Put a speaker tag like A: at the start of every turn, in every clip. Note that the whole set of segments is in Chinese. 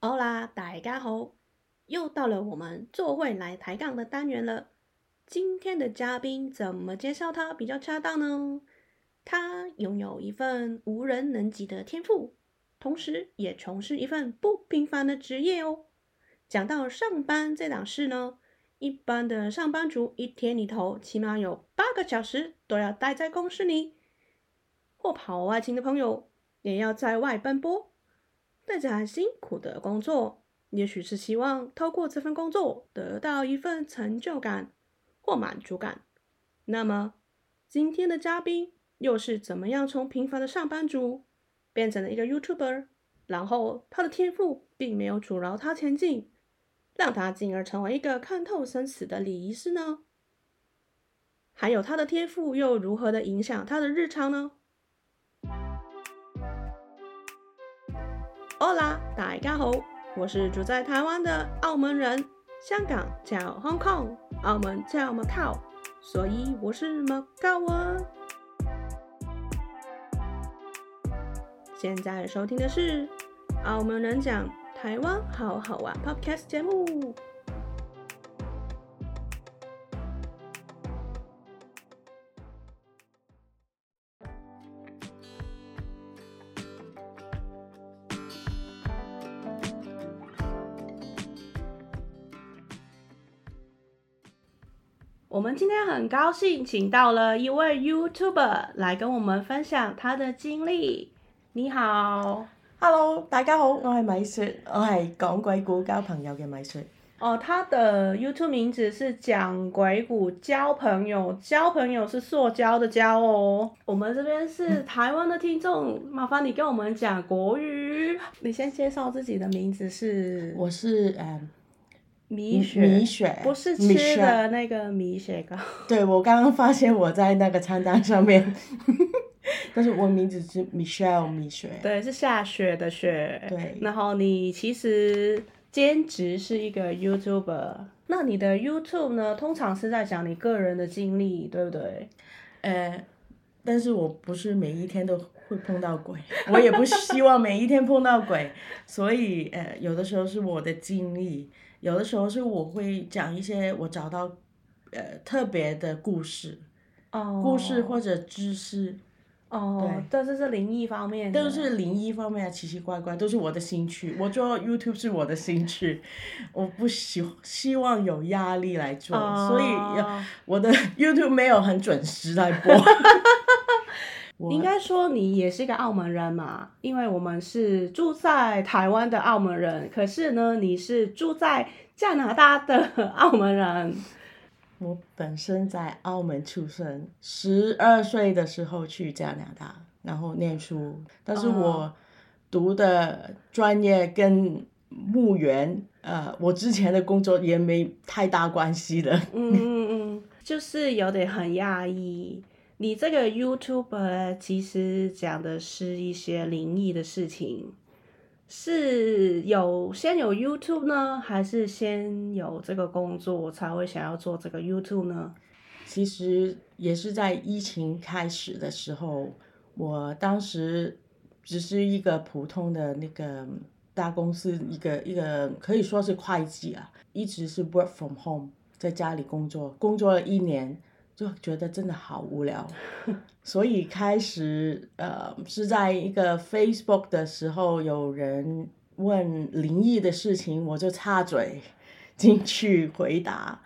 A: 欧啦，大家好！又到了我们做会来抬杠的单元了。今天的嘉宾怎么介绍他比较恰当呢？他拥有一份无人能及的天赋，同时也从事一份不平凡的职业哦。讲到上班这档事呢，一般的上班族一天里头起码有八个小时都要待在公司里，或跑外勤的朋友也要在外奔波。大家辛苦的工作，也许是希望透过这份工作得到一份成就感或满足感。那么，今天的嘉宾又是怎么样从平凡的上班族变成了一个 YouTuber？然后他的天赋并没有阻挠他前进，让他进而成为一个看透生死的礼仪师呢？还有他的天赋又如何的影响他的日常呢？欧啦，大家好，我是住在台湾的澳门人，香港叫 Hong Kong，澳门叫 Macau，所以我是 Macau 啊人。现在收听的是《澳门人讲台湾好好玩》Podcast 节目。我们今天很高兴请到了一位 YouTuber 来跟我们分享他的经历。你好，
B: Hello，大家好，我係米雪，我係講鬼故交朋友嘅米雪。
A: 哦，他的 YouTube 名字是讲鬼谷交朋友，交朋友是塑胶的胶哦。我们这边是台湾的听众，麻烦你跟我们讲国语。你先介绍自己的名字是
B: 我是誒
A: 米雪，
B: 米雪，
A: 不是
B: 米
A: 吃
B: 雪。
A: 的那个米雪糕。
B: 对，我刚刚发现我在那個餐單上 面，但是我名字是 Michelle 米雪。
A: 对，是下雪的雪。
B: 对
A: 然后你其实兼职是一个 YouTuber，那你的 YouTube 呢，通常是在讲你个人的经历，对不对？
B: 呃，但是我不是每一天都会碰到鬼，我也不希望每一天碰到鬼，所以呃，有的时候是我的经历，有的时候是我会讲一些我找到呃特别的故事。
A: 哦，
B: 故事或者知识，
A: 哦，这就是灵异方面的，
B: 都是灵异方面啊，奇奇怪怪，都是我的兴趣。我做 YouTube 是我的兴趣，我不希希望有压力来做，
A: 哦
B: 所以我的 YouTube 没有很准时来播。 我
A: 应该说你也是一个澳门人嘛，因为我们是住在台湾的澳门人，可是呢，你是住在加拿大的澳门人。
B: 我本身在澳门出生，十二岁的时候去加拿大，然后念书，但是我读的专业跟墓园，呃，我之前的工作也没太大关系的。
A: 嗯嗯嗯，就是有点很压抑。你这个 YouTube 其实讲的是一些灵异的事情，是有先有 YouTube 呢，还是先有这个工作才会想要做这个 YouTube 呢？
B: 其实也是在疫情开始的时候，我当时只是一个普通的那个大公司，一个一个可以说是会计啊，一直是 work from home，在家里工作，工作了一年，就觉得真的好无聊， 所以开始呃是在一个 Facebook 的时候，有人问灵异的事情，我就插嘴 进去回答。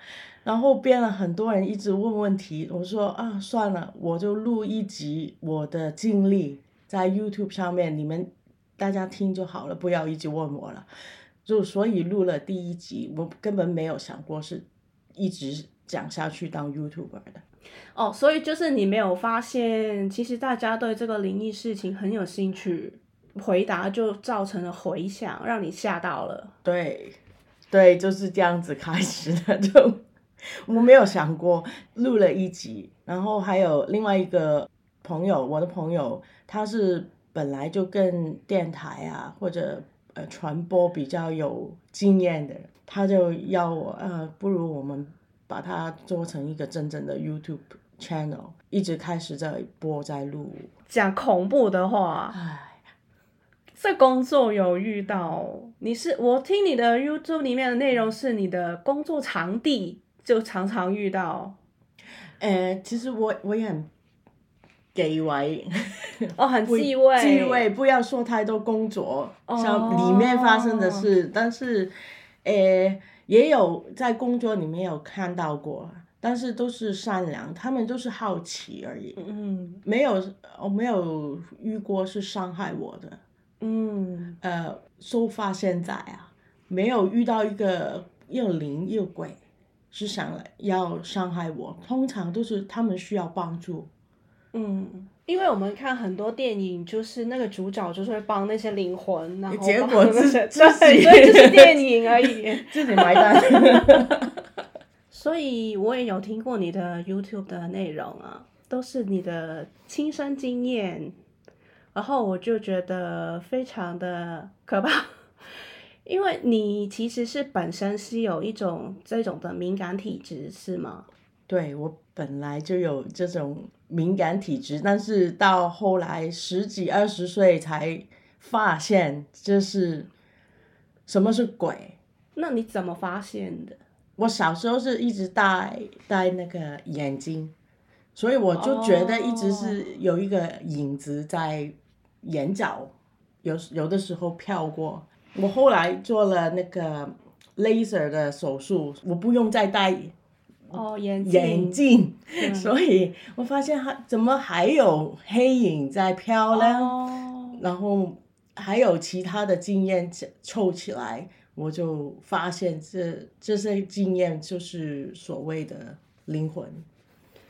B: 然后编了很多人一直问问题，我说啊算了，我就录一集我的经历在 YouTube 上面，你们大家听就好了，不要一直问我了。就所以录了第一集，我根本没有想过是一直讲下去当 YouTuber 的。
A: 哦，所以就是你没有发现，其实大家对这个灵异事情很有兴趣，回答就造成了回响，让你吓到了。
B: 对，对，就是这样子开始的。 就我没有想过录了一集，然后还有另外一个朋友，我的朋友，他是本来就跟电台啊或者呃传播比较有经验的人，他就要我呃，不如我们把它做成一个真正的 YouTube channel，一直开始在播在录，
A: 讲恐怖的话，
B: 唉。
A: 这工作有遇到，你是我听你的 YouTube 里面的内容是你的工作场地就常常遇到
B: 誒，哎其實我我也很忌諱，
A: 哦，很
B: 不
A: 忌讳，
B: 忌讳，不要说太多工作，
A: 哦
B: 像里面发生的事，但是，呃，也有在工作里面有看到过，但是都是善良，他们都是好奇而已，
A: 嗯
B: 没有我没有遇过是伤害我的，
A: 嗯，
B: 呃，收发现在啊，没有遇到一个又灵又鬼。是想要伤害我，通常都是他们需要帮助，
A: 嗯，因为我们看很多电影，就是那个主角就是会帮那些灵魂，然后
B: 结
A: 帮
B: 果
A: 那
B: 自
A: 些
B: 自
A: 对，
B: 己
A: 所 以就是电影而已。
B: 自己埋单。
A: 所以我也有听过你的 YouTube 的内容啊，都是你的亲身经验，然后我就觉得非常的可怕， 因为你其实是本身是有一种这种的敏感体质，是吗？
B: 对我本来就有这种敏感体质，但是到后来十几二十岁才发现这是什么是鬼。
A: 那你怎么发现的？
B: 我小时候是一直戴戴那个眼镜，所以我就觉得一直
A: 哦
B: 是有一个影子在眼角，有有的时候飘过。我后来做了那个 laser 的手术，我不用再戴
A: 哦，眼睛，
B: 眼镜，
A: 嗯
B: 所以我发现还怎么还有黑影在飘呢？
A: 哦，
B: 然后还有其他的经验凑凑起来，我就发现这这些经验就是所谓的灵魂。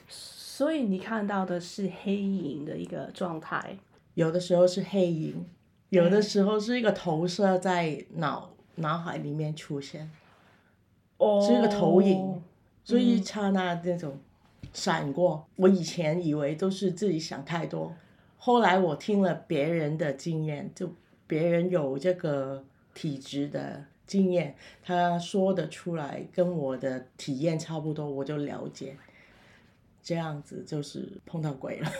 A: 所以你看到的是黑影的一个状态。
B: 有的时候是黑影，有的时候是一个投射在脑脑海里面出现，
A: 哦
B: 是一个投影，所以
A: 嗯
B: 一刹那那种闪过。我以前以为都是自己想太多，后来我听了别人的经验，就别人有这个体质的经验，他说的出来跟我的体验差不多，我就了解。这样子就是碰到鬼了。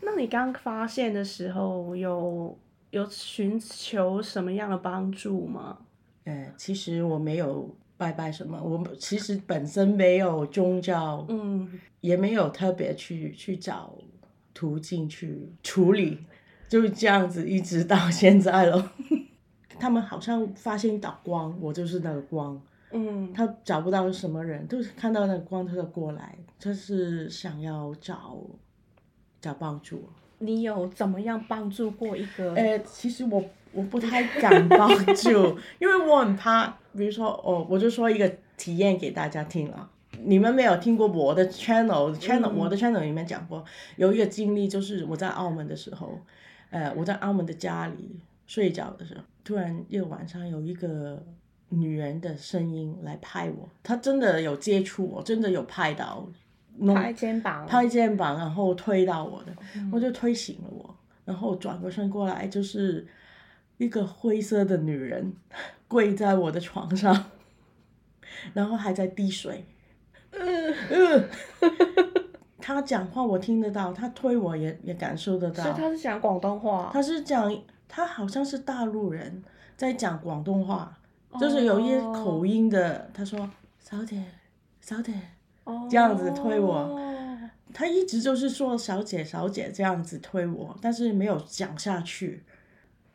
A: 那你刚发现的时候有，有寻求什么样的帮助吗？
B: 嗯，其实我没有拜拜什么，我其实本身没有宗教，
A: 嗯，
B: 也没有特别去去找途径去处理，就这样子一直到 现在了。他们好像发现一道光，我就是那个光。
A: 嗯，
B: 他找不到什么人，就是看到那个光，他就过来，就是想要找找帮助。
A: 你有怎么样帮助过一个？
B: 呃，其实我我不太敢帮助，因为我很怕，比如说，哦，我就说一个体验给大家听啊。你们没有听过我的 channel channel，、我的 channel 里面讲过有一个经历，就是我在澳门的时候，呃，我在澳门的家里睡觉的时候，突然一个晚上有一个女人的声音来拍我，她真的有接触我，真的有拍到，弄
A: 拍肩膀，
B: 拍肩膀，然后推到我的，
A: 嗯
B: 我就推醒了我，然后转过身过来就是一个灰色的女人跪在我的床上，然后还在滴水，
A: 呃
B: 嗯、她讲话我听得到，她推我也也感受得
A: 所以
B: 到，
A: 他是讲广东话，
B: 她是讲她好像是大陆人在讲广东话，就是有一些
A: 哦
B: 口音的，她说少点少点。
A: 哦
B: 这样子推我他一直就是说“小姐，小姐”这样子推我，但是没有讲下去。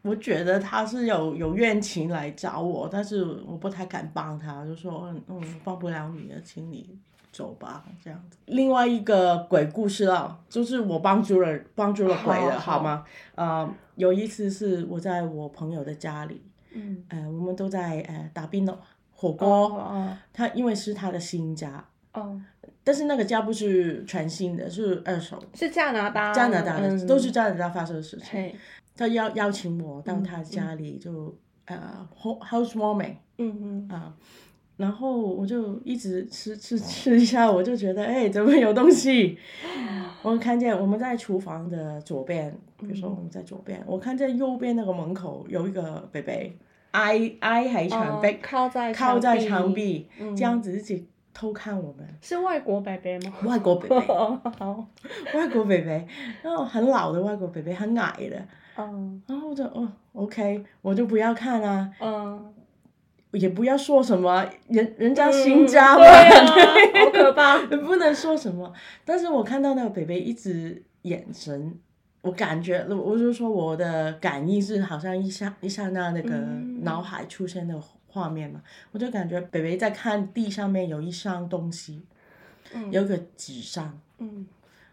B: 我觉得他是有有怨情来找我，但是我不太敢帮他，就说嗯嗯帮不了你了，请你走吧这样子。另外一个鬼故事啊，就是我帮助了帮助了鬼了，
A: 好
B: 好吗？呃，有一次是我在我朋友的家里，
A: 嗯，
B: 呃，我们都在呃打冰的火锅，
A: 哦
B: 他因为是他的新家，
A: 哦哦，
B: 但是那个家不是全新的，是二手的。
A: 是加拿大，
B: 加拿大的、
A: 嗯
B: 都是加拿大发生的事情。
A: 嘿，
B: 他邀邀请我到他家里就、呃 ho- housewarming
A: 嗯嗯，
B: 啊、然后我就一直吃吃吃一下，我就觉得哎怎么有东西？我看见我们在厨房的左边，比如说
A: 嗯
B: 我们在左边，我看见右边那个门口有一个北北挨挨喺墙壁
A: 哦，靠在
B: 靠在墙，壁，
A: 嗯
B: 这样子一直偷看我们。
A: 是外国北北 吗？
B: 外国北北，
A: 哦，好，
B: 外国北北，然后很老的外国北北，很矮的，
A: 嗯
B: 然后我就哦，OK，我就不要看啊，
A: 嗯，
B: 也不要说什么人人家新家嘛，
A: 嗯 对啊，好可怕。
B: 不能说什么。但是我看到那个北北一直眼神，我感觉我就说我的感应是好像一下一刹那那个
A: 嗯
B: 脑海出现的画面嘛，我就感觉北北在看地上面有一箱东西，
A: 嗯
B: 有一个纸上，
A: 嗯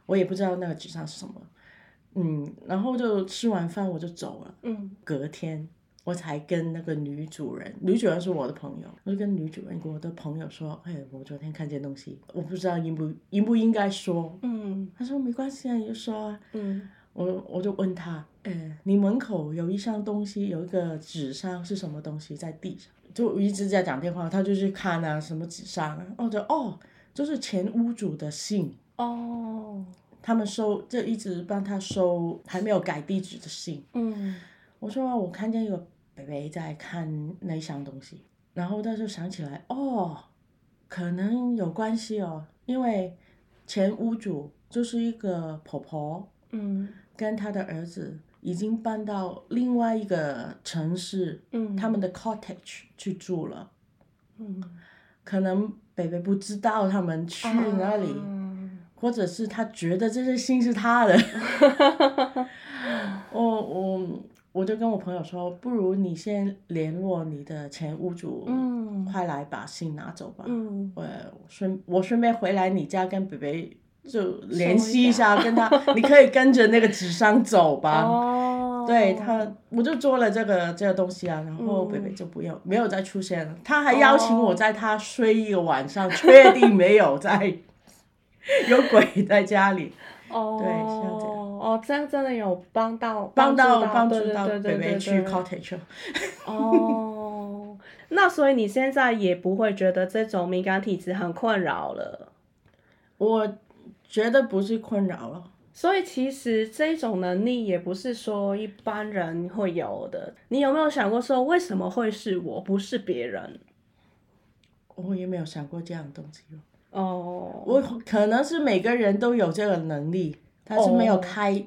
B: 我也不知道那个纸上是什么。嗯，然后就吃完饭我就走了。
A: 嗯
B: 隔天我才跟那个女主人，女主人是我的朋友，我就跟女主人跟我的朋友说，哎，我昨天看见东西，我不知道应不应不应该说。
A: 嗯
B: 她说没关系啊，你就说啊。
A: 嗯
B: 我我就问她，哎，你门口有一箱东西，有一个纸箱是什么东西在地上？就我一直在讲电话，她就去看啊，什么纸箱啊，哦，就哦，就是前屋主的信。
A: 哦
B: 他们收就一直帮他收还没有改地址的信，
A: 嗯
B: 我说我看见一个北北在看那一箱东西，然后他就想起来，哦，可能有关系哦，因为前屋主就是一个婆婆
A: 嗯
B: 跟她的儿子已经搬到另外一个城市，
A: 嗯，
B: 他们的 cottage 去住了，
A: 嗯
B: 可能北北不知道他们去
A: 啊
B: 哪里。
A: 嗯
B: 或者是他觉得这些信是他的， 我我我就跟我朋友说，不如你先联络你的前屋主，
A: 嗯
B: 快来把信拿走吧。
A: 嗯
B: 我顺我顺便回来你家跟北北就联
A: 收一
B: 系一下，跟他你可以跟着那个纸箱走吧。
A: 哦，
B: 对他，我就做了这个这个东西啊，然后
A: 嗯哦
B: 北北就不要没有再出现了。他还邀请我在他睡一个晚上，确定没有在有 鬼在家里，
A: 哦，
B: 对像这样
A: 哦，这样真的有帮到
B: 帮到
A: 帮
B: 帮助到
A: 对对
B: 北
A: 对
B: 北
A: 对
B: 去
A: 对
B: cottage 了。
A: 哦，那所以你现在也不会觉得这种敏感体质很困扰了。
B: 我觉得不是困扰了，
A: 所以其实这种能力也不是说一般人会有的。你有没有想过说为什么会是我，不是别人？
B: 我也没有想过这样的东西哦。
A: 哦，
B: 我可能是每个人都有这个能力，但是没有
A: 哦
B: 开、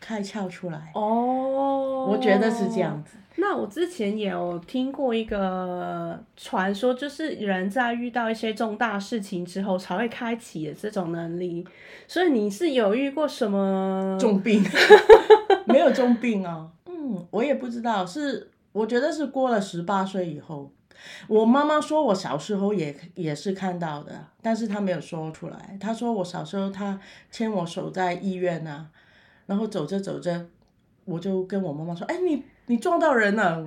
B: 开窍出来。
A: 哦，
B: 我觉得是这样。子。
A: 那我之前也有听过一个传说，就是人在遇到一些重大事情之后才会开启的这种能力。所以你是有遇过什么？
B: 重病， 没有重病啊。嗯，我也不知道，是我觉得是过了十八岁以后，我妈妈说我小时候也也是看到的，但是她没有说出来。她说我小时候她牵我手在医院啊，然后走着走着，我就跟我妈妈说：“哎，你你撞到人了。”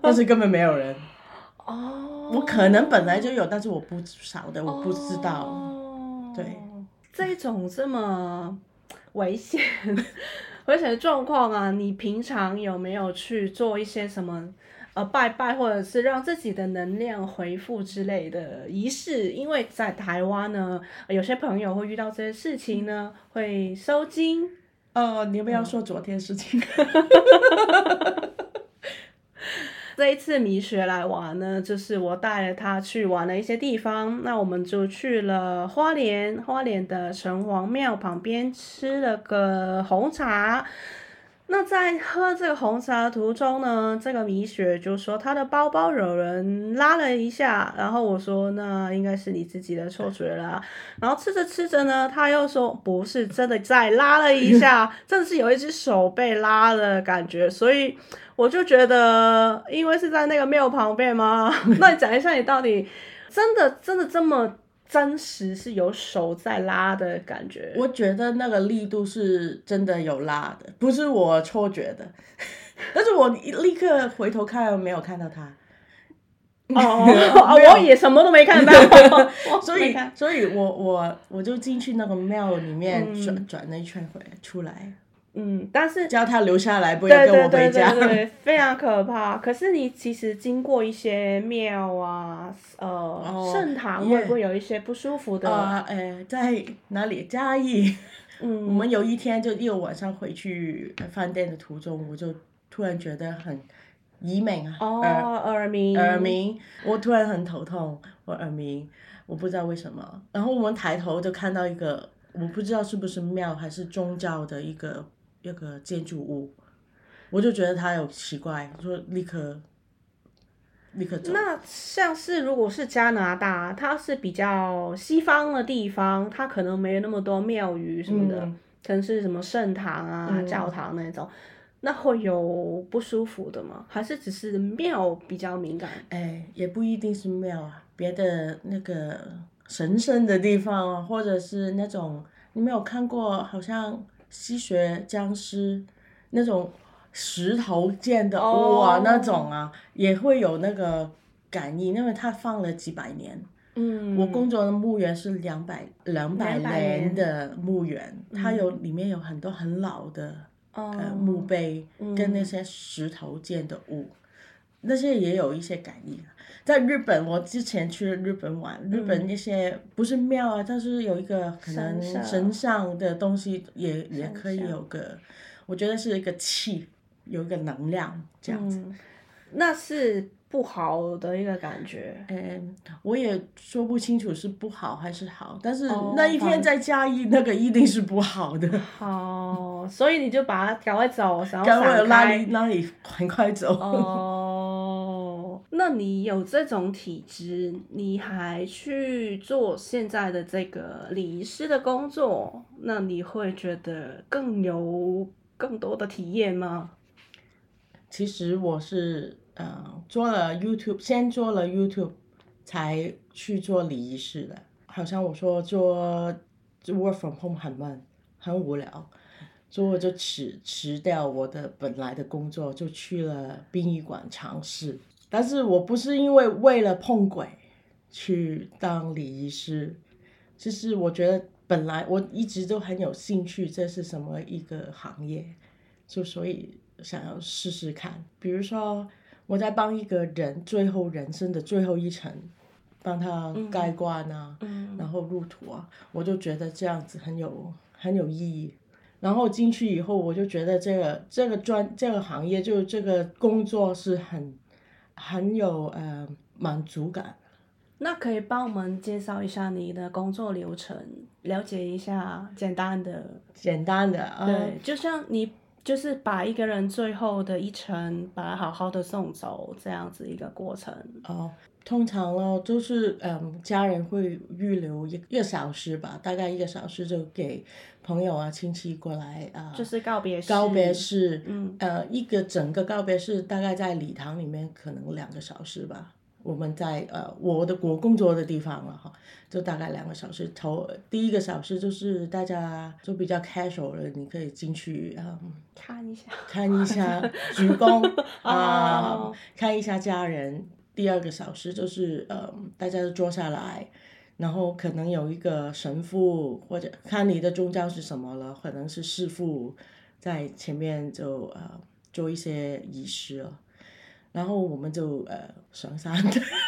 B: 但是根本没有人，
A: 哦，
B: 我可能本来就有，但是我不晓得，我不知道。
A: 哦、
B: 对，
A: 这种这么危险危险的状况啊，你平常有没有去做一些什么呃拜拜，或者是让自己的能量回复之类的仪式？因为在台湾呢，呃有些朋友会遇到这些事情呢，会收金。
B: 哦，你不要说昨天事情。
A: 这一次米雪来玩呢，就是我带了她去玩了一些地方。那我们就去了花莲，花莲的城隍庙旁边吃了个红茶。那在喝这个红茶的途中呢，这个米雪就说她的包包有人拉了一下，然后我说那应该是你自己的错觉啦。然后吃着吃着呢，她又说不是真的再拉了一下，真的是有一只手被拉的感觉，所以我就觉得，因为是在那个庙旁边吗？ 那你讲一下，你到底真的真的这么真实是有手在拉的感觉？
B: 我觉得那个力度是真的有拉的，不是我错觉的。 但是我立刻回头看，没有看到他，
A: 哦 哦，
B: 没有
A: 我也什么都没 看到，
B: 所
A: 没
B: 以
A: 看
B: 所以我我我就进去那个庙里面
A: 嗯
B: 转、转了一圈回来，出来
A: 嗯，但是
B: 叫他留下来，不要
A: 对
B: 跟
A: 对
B: 我
A: 对
B: 回家。
A: 对 对，非常可怕。可是你其实经过一些庙啊，呃，圣堂会不会有一些不舒服的？
B: 啊，哦呃，在哪里？嘉义。
A: 嗯，
B: 我们有一天就一个晚上回去饭店的途中，我就突然觉得很移敏啊，
A: 哦，
B: 耳
A: 耳鸣，
B: 耳，鸣，我突然很头痛，我耳鸣，我不知道为什么。然后我们抬头就看到一个，我不知道是不是庙还是宗教的一个一个建筑物，我就觉得他有奇怪，我说立刻立刻走。
A: 那像是如果是加拿大，它是比较西方的地方，它可能没有那么多庙宇什么的，
B: 嗯
A: 可能是什么圣堂啊、
B: 嗯
A: 教堂那种。那会有不舒服的吗？还是只是庙比较敏感？
B: 哎，也不一定是庙啊，别的那个神圣的地方啊，或者是那种你没有看过，好像吸血僵尸那种石头建的屋啊
A: 哦
B: 那种啊，也会有那个感应，因为它放了几百年。
A: 嗯，
B: 我工作的墓园是两百两
A: 200
B: 百年
A: 年
B: 的墓园，它
A: 嗯
B: 有里面有很多很老的呃
A: 哦
B: 墓碑跟那
A: 嗯
B: 些石头建的屋，那些也有一些感应啊。在日本，我之前去日本玩，日
A: 嗯
B: 本一些不是庙啊，但是有一个可
A: 神
B: 能
A: 社
B: 神上的东西也也
A: 神
B: 可以
A: 社
B: 有个，我觉得是一个气，有一个能量这样子。
A: 嗯，那是不好的一个感觉。
B: 嗯，我也说不清楚是不好还是好，但是
A: 哦
B: 那一
A: 反
B: 天在嘉义那个一定是不好的，
A: 好，所以你就把它赶快走，然后
B: 赶快
A: 闪
B: 拉
A: 开
B: 你。拉你赶 快走。
A: 哦， 那你有这种体质，你还去做现在的这个礼仪师的工作，那你会觉得更有更多的体验吗？
B: 其实我是呃做了 YouTube，先做了 YouTube，才去做礼仪师的。好像我说做做 work from home 很闷，很无聊，所以我就辞辞掉我的本来的工作，就去了殡仪馆尝试。但是我不是因为为了碰鬼去当礼仪师，就是我觉得本来我一直都很有兴趣，这是什么一个行业，就所以想要试试看。比如说，我在帮一个人最后人生的最后一程，帮他
A: 嗯
B: 盖棺啊，
A: 嗯
B: 然后入土啊，我就觉得这样子很有很有意义。然后进去以后，我就觉得这个这个专这个行业就这个工作是很很有呃满足感。
A: 那可以帮我们介绍一下你的工作流程，了解一下简单的。
B: 简单的啊，
A: 对，就像你就是把一个人最后的一程，把他好好的送走，这样子一个过程。
B: 哦，通常呢，就是嗯，家人会预留一一个小时吧，大概一个小时就给朋友啊、亲戚过来啊，
A: 就是告别式。
B: 告别。式，
A: 嗯
B: 呃，一个整个告别式大概在礼堂里面可能两个小时吧。我们在呃我的我工作的地方了哈，就大概两个小时。头第一个小时就是大家就比较 casual 了，你可以进去嗯
A: 看一下。
B: 看一下鞠 躬啊、
A: 哦
B: 看一下家人。第二个小时就是呃，大家都坐下来，然后可能有一个神父或者看你的宗教是什么了，可能是师傅在前面就呃做一些仪式了，然后我们就呃上山，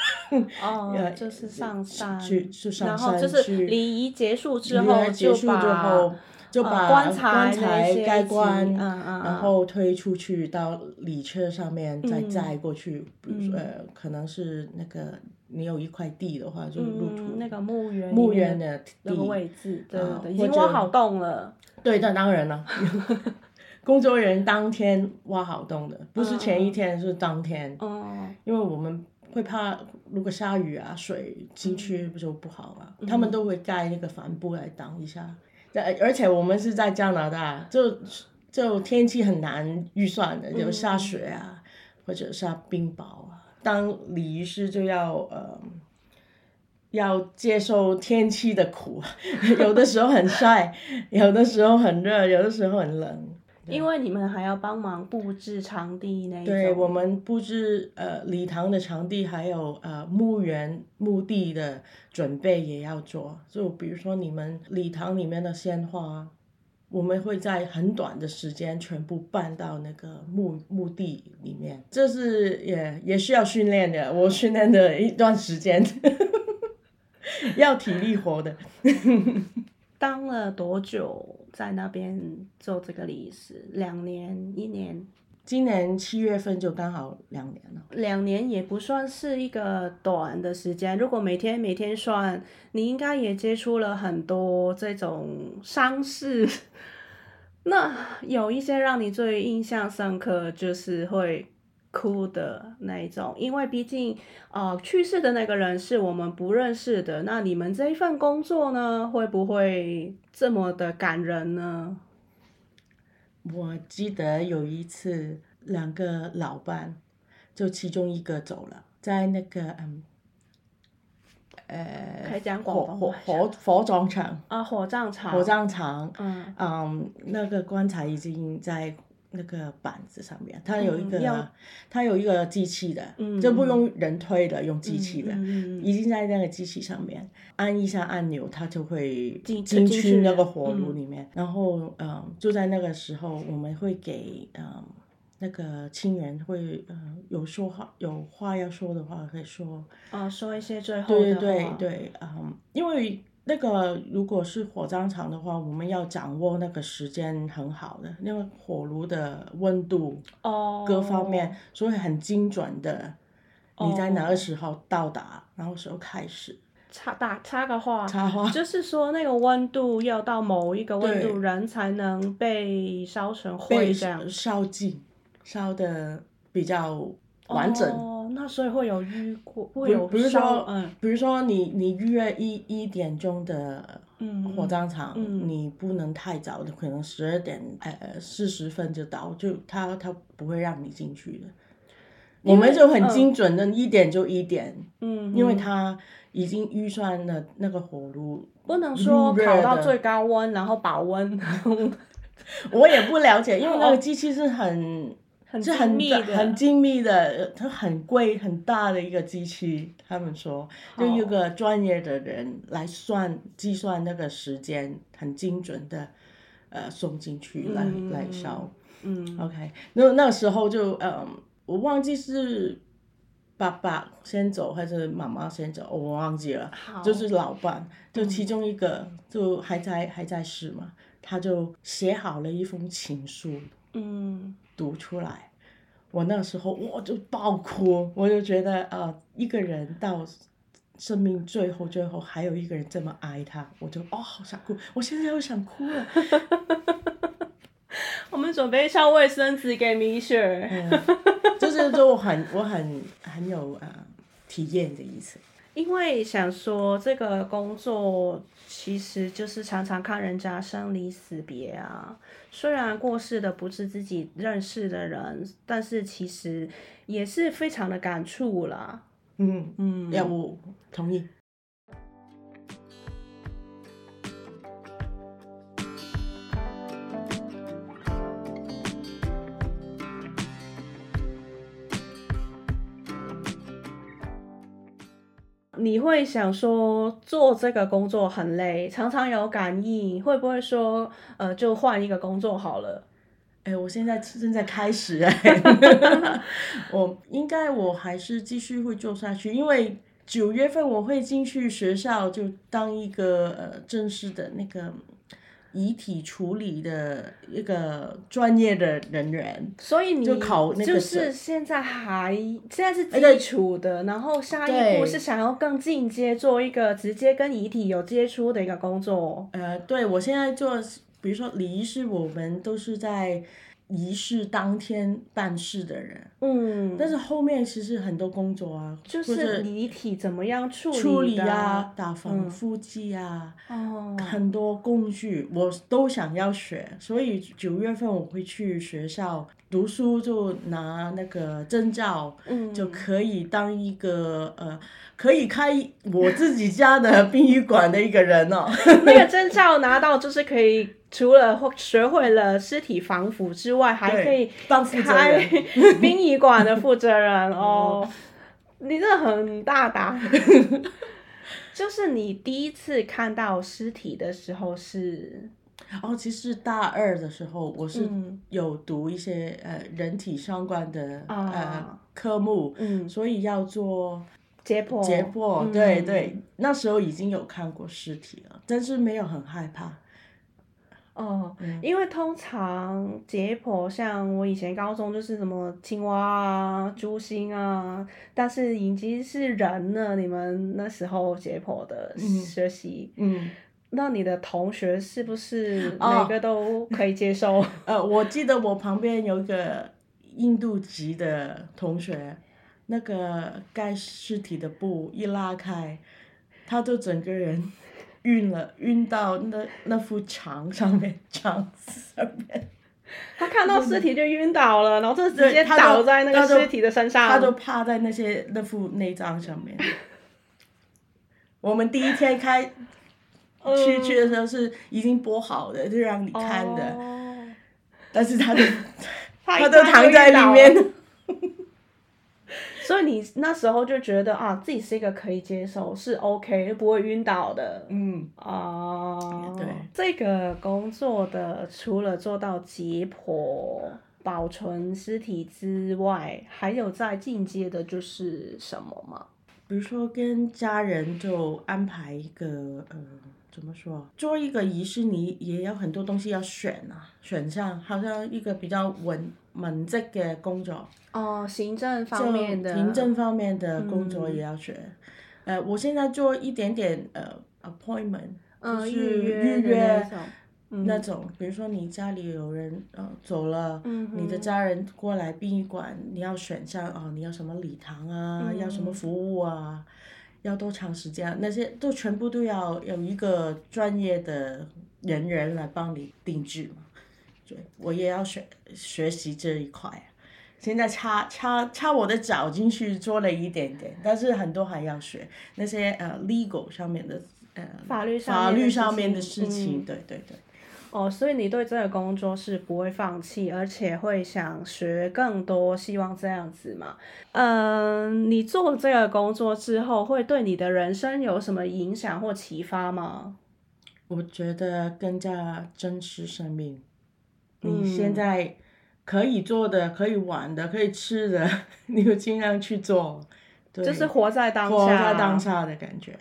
B: 呃
A: 哦，就是上山，
B: 去去上
A: 然后就是
B: 山去
A: 礼仪结束之
B: 礼
A: 后
B: 拜
A: 就
B: 结束之
A: 把
B: 后，就
A: 呃
B: 把
A: 棺材
B: 棺
A: 那
B: 材
A: 些
B: 盖
A: 一起
B: 棺，
A: 嗯嗯
B: 然
A: 嗯
B: 后推出去到礼车上面再
A: 嗯
B: 载过去，比如
A: 嗯
B: 说呃，可能是那个你有一块地的话，就入土
A: 嗯那个墓园里
B: 墓
A: 面
B: 园
A: 的
B: 的
A: 那个
B: 地，
A: 位置，对
B: 啊
A: 对对，已
B: 或
A: 经挖
B: 者
A: 好洞了。
B: 对，那当然了。 工作人员当天挖好洞的，不是前一
A: 嗯
B: 天，是当天，
A: 哦，
B: 因为我们会怕如果下雨啊，水进去不就不好嘛、他们都会盖那个帆布来挡一下。在而且我们是在加拿大，就就天气很难预算的，有下雪啊，或者下冰雹啊。当礼仪师就要呃。要接受天气的苦， 有的时候很晒， 有的时候很热，有的时候很冷。
A: 因为你们还要帮忙布置场地那一种。
B: 对我们布置呃礼堂的场地，还有呃墓园墓地的准备也要做。就比如说你们礼堂里面的鲜花，我们会在很短的时间全部搬到那个墓墓地里面，这是也也需要训练的。我训练的一段时间， 要体力活的。
A: 当了多久在那边做这个礼仪师？两年、一年？
B: 今年七月份就刚好两年了。
A: 两年也不算是一个短的时间，如果每天每天算，你应该也接触了很多这种丧事， 那有一些让你最印象深刻，就是会哭的那一种，因为毕竟呃去世的那个人是我们不认识的。那你们这一份工作呢，会不会这么的感人呢？
B: 我记得有一次，两个老伴，就其中一个走了，在那个嗯，呃，
A: 可以讲广
B: 火
A: 东
B: 火
A: 话
B: 火火葬场，
A: 啊，火葬场，
B: 火，葬场，
A: 嗯，
B: 嗯，那个棺材已经在那个板子上面，它有一个，
A: 嗯要
B: 它有一个机器的，
A: 嗯
B: 就不用人推的，用机器的，
A: 嗯嗯
B: 已经在那个机器上面按一下按钮，它就会
A: 进进
B: 进
A: 去
B: 去那
A: 了
B: 个火炉
A: 嗯
B: 里面。然后，嗯，就在那个时候，我们会给嗯那个亲人会嗯有说话有话要说的话可以说，
A: 啊，说一些最后
B: 对
A: 的
B: 对
A: 话，
B: 对，嗯，因为那个如果是火葬场的话，我们要掌握那个时间很好的，那个火炉的温度
A: 哦，
B: 各方面，所以很精准的，你在哪
A: 哦
B: 个时候到达，然后时候开始
A: 插打插个话，
B: 插花。
A: 啊就是说那个温度要到某一个温度，
B: 对
A: 人才能被烧成
B: 被
A: 灰这样
B: 烧。烧尽，烧的比较完整。
A: 哦，那所以会有淤过，
B: 不
A: 会有
B: 不是
A: 烧
B: 说，
A: 嗯
B: 比如说你你预约一一点钟的
A: 嗯
B: 火葬场，
A: 嗯
B: 你不能太早的，可能十二点呃四十分就到，就他他不会让你进去的。我
A: 因为
B: 们就很
A: 嗯
B: 精准的，一点就一点，
A: 嗯，
B: 因为
A: 嗯
B: 他已经预算了那个火炉。
A: 不能说
B: 预热
A: 烤到
B: 的
A: 最高温，然后保温，
B: 我也不了解，因为那
A: 哦
B: 个机器是很
A: 很
B: 是
A: 精
B: 很
A: 密
B: 大
A: 的
B: 很精密的，呃它很贵很大的一个机器。他们说，就
A: 好
B: 有个专业的人来算计算那个时间，很精准的，呃，送进去来、来烧。
A: 嗯
B: OK，那那时候就嗯，我忘记是爸爸先走还是妈妈先走，我忘记了
A: 好，嗯
B: 就是老伴，就其中一个就还在还在世嘛，他就写好了一封情书
A: 嗯，
B: 读出来。我那时候我就爆哭，我就觉得呃，一个人到生命最后最后还有一个人这么爱他，我就哦好想哭，我现在又想哭了。
A: 我们准备一下卫生纸给米雪，
B: 嗯，就是就我很我很很有呃体验的意思。
A: 因为想说这个工作其实就是常常看人家生离死别啊，虽然过世的不是自己认识的人，但是其实也是非常的感触啦，
B: 嗯，
A: 嗯，
B: 要我同意。
A: 你会想说做这个工作很累，常常有感应，会不会说呃就换一个工作好了？
B: 哎，我现在正在开始哎、 我应该我还是继续会做下去，因为九月份我会进去学校，就当一个呃正式的那个遗体处理的一个专业的人员。
A: 所以你
B: 就考那个
A: 就是
B: 证
A: 现在还现在是
B: 哎对
A: 基础的，然后下一
B: 对
A: 步是想要更进阶，做一个直接跟遗体有接触的一个工作。
B: 呃，对我现在做，比如说礼仪是我们都是在仪式当天办事的人，
A: 嗯，
B: 但是后面其实很多工作啊，
A: 就
B: 或
A: 是
B: 者
A: 遗体怎么样处
B: 处
A: 理
B: 理
A: 的
B: 啊、打
A: 嗯
B: 防腐剂啊，
A: 哦，
B: 很多工具我都想要学，所以九月份我会去学校读书，就拿那个证照，
A: 嗯
B: 就可以当一个呃，可以开我自己家的殡仪馆的一个 人哦。
A: 那个证照拿到就是可以，除了或学会了尸体防腐之外，还可以
B: 当负责
A: 开
B: 人
A: 殡仪馆的负责人哦。你这很大 胆。就是你第一次看到尸体的时候是，
B: 哦，其实大二的时候，我是
A: 嗯
B: 有读一些、呃人体相关的、呃
A: 啊
B: 科目，
A: 嗯，
B: 所以要做
A: 解剖，
B: 解剖。
A: 嗯
B: 对对，那时候已经有看过尸体了，但是没有很害怕。
A: 哦，
B: 嗯
A: 因为通常解剖，像我以前高中就是什么青蛙啊、猪心啊，但是已经是人了。你们那时候解剖的
B: 嗯
A: 学习，
B: 嗯，
A: 那你的同学是不是
B: 哦
A: 每个都可以接 受？
B: 呃，我记得我旁边有一个印度籍的同学，那个盖尸体的布一拉开，他就整个人晕了，晕到那那副床上面， 床上面，
A: 他看到尸体就晕倒了，然后就直
B: 对
A: 接
B: 他就
A: 倒在那
B: 他
A: 个
B: 就
A: 尸体的身上。
B: 他就趴在那些那副内脏上面。我们第一天开 去去的时候是已经播好的，就让你
A: 嗯
B: 看的，
A: 哦
B: 但是他就
A: 他
B: 他
A: 一
B: 都
A: 看就
B: 躺在
A: 晕
B: 里
A: 倒
B: 面
A: 了。 所以你那时候就觉得啊，自己是一个可以接受，是 OK，不会晕倒的。
B: 嗯。
A: 哦，
B: 对，
A: 这个工作的除了做到解剖、保存尸体之外，还有在进阶的就是什么吗？
B: 比如说跟家人就安排一个呃，怎么说啊？做一个仪式，你也有很多东西要选啊，选项好像一个比较文文职嘅工作，
A: 哦，行政
B: 就
A: 方面的，
B: 行政方面的工作
A: 嗯
B: 也要选。呃，我现在做一点点呃 appointment，就
A: 嗯，
B: 是
A: 预
B: 预
A: 约的
B: 约
A: 那种，
B: 那种，比如说你家里有人呃走了，
A: 嗯哼
B: 你的家人过来殡仪馆，你要选项哦，你要什么礼堂啊，要什么
A: 嗯
B: 服务啊，要多长时间啊，那些都全部都要有一个专业的人员来帮你定制嘛。对，我也要学学习这一块啊。现在插插插我的脚进去做了一点点，但是很多还要学那些呃 legal 上面的呃
A: 法律上
B: 法
A: 面的事
B: 律上面的
A: 情
B: 事情，
A: 嗯
B: 对对对。
A: 哦，所以你对这个工作是不会放弃，而且会想学更多，希望这样子嘛？嗯，你做这个工作之后，会对你的人生有什么影响或启发吗？
B: 我觉得更加珍视生命。
A: 嗯
B: 你现在可以做的、可以玩的、可以吃的， 你就尽量去做，对
A: 就是活在当下，
B: 活在当。下的感觉。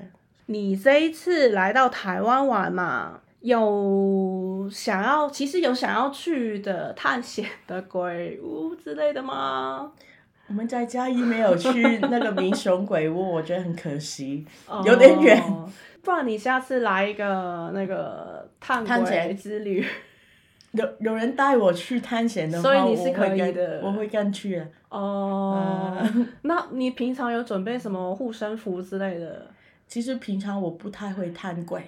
A: 你这一次来到台湾玩嘛，有想要，其实有想要去的探险的鬼屋之类的吗？
B: 我们在嘉义没 有去那个民雄鬼屋，我觉得很可惜，有点远。
A: 哦不然你下次来一个那个探
B: 探
A: 鬼
B: 险
A: 之旅。
B: 有有人带我去探险的话，
A: 所以你是
B: 我会
A: 可以
B: 跟
A: 的
B: 我会跟去的。
A: 哦，
B: 呃
A: 那你平常有准备什么护身符之类的？
B: 其实平常我不太会探鬼，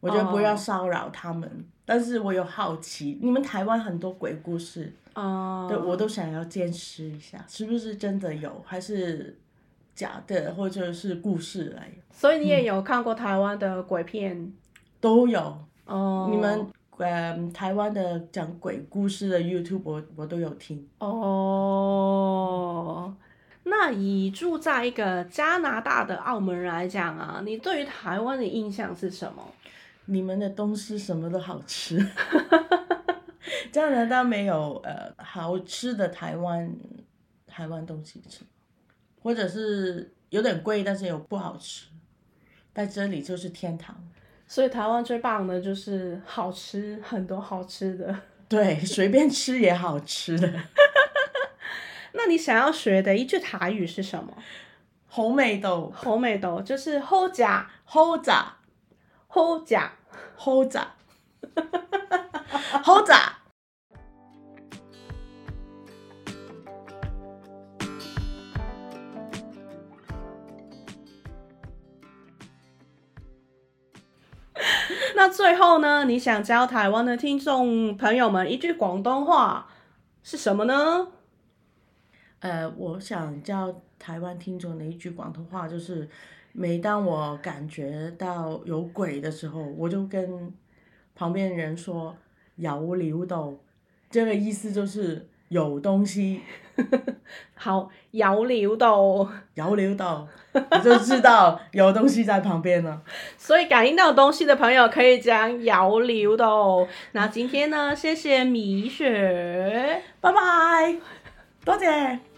B: 我觉得不要
A: 哦
B: 骚扰他们。但是我有好奇，你们台湾很多鬼故事，
A: 哦，
B: 对，我都想要见识一下，是不是真的有，还是假的，或者是故事来的
A: 所以你也有看过台湾的鬼片
B: 都有。
A: 哦？
B: 你们嗯、台湾的讲鬼故事的 YouTube 我我都有听。
A: 哦，那以住在一个加拿大的澳门人来讲啊，你对于台湾的印象是什么？
B: 你们的东西什么都好吃， 加拿大没有呃好吃的台湾台湾东西吃，或者是有点贵，但是有不好吃，在这里就是天堂。
A: 所以台湾最棒的就是好吃，很多好吃的。
B: 对，随便吃也好吃的。
A: 那你想要学的一句台语是什么？
B: 好味道，
A: 好美豆就是好假
B: 好炸，
A: 好假。
B: 好炸，好炸。
A: 那最后呢，你想教台湾的听众朋友们一句广东话是什么呢？
B: 呃，我想教台湾听众的一句广东话就是：每当我感觉到有鬼的时候，我就跟旁边人说“有料到”，这个意思就是有东西，
A: 好，摇流的哦，
B: 有料到，你就知道有东西在旁边了。
A: 所以感应到东西的朋友可以讲摇流的哦。那今天呢，谢谢米雪。
B: 拜拜，多谢。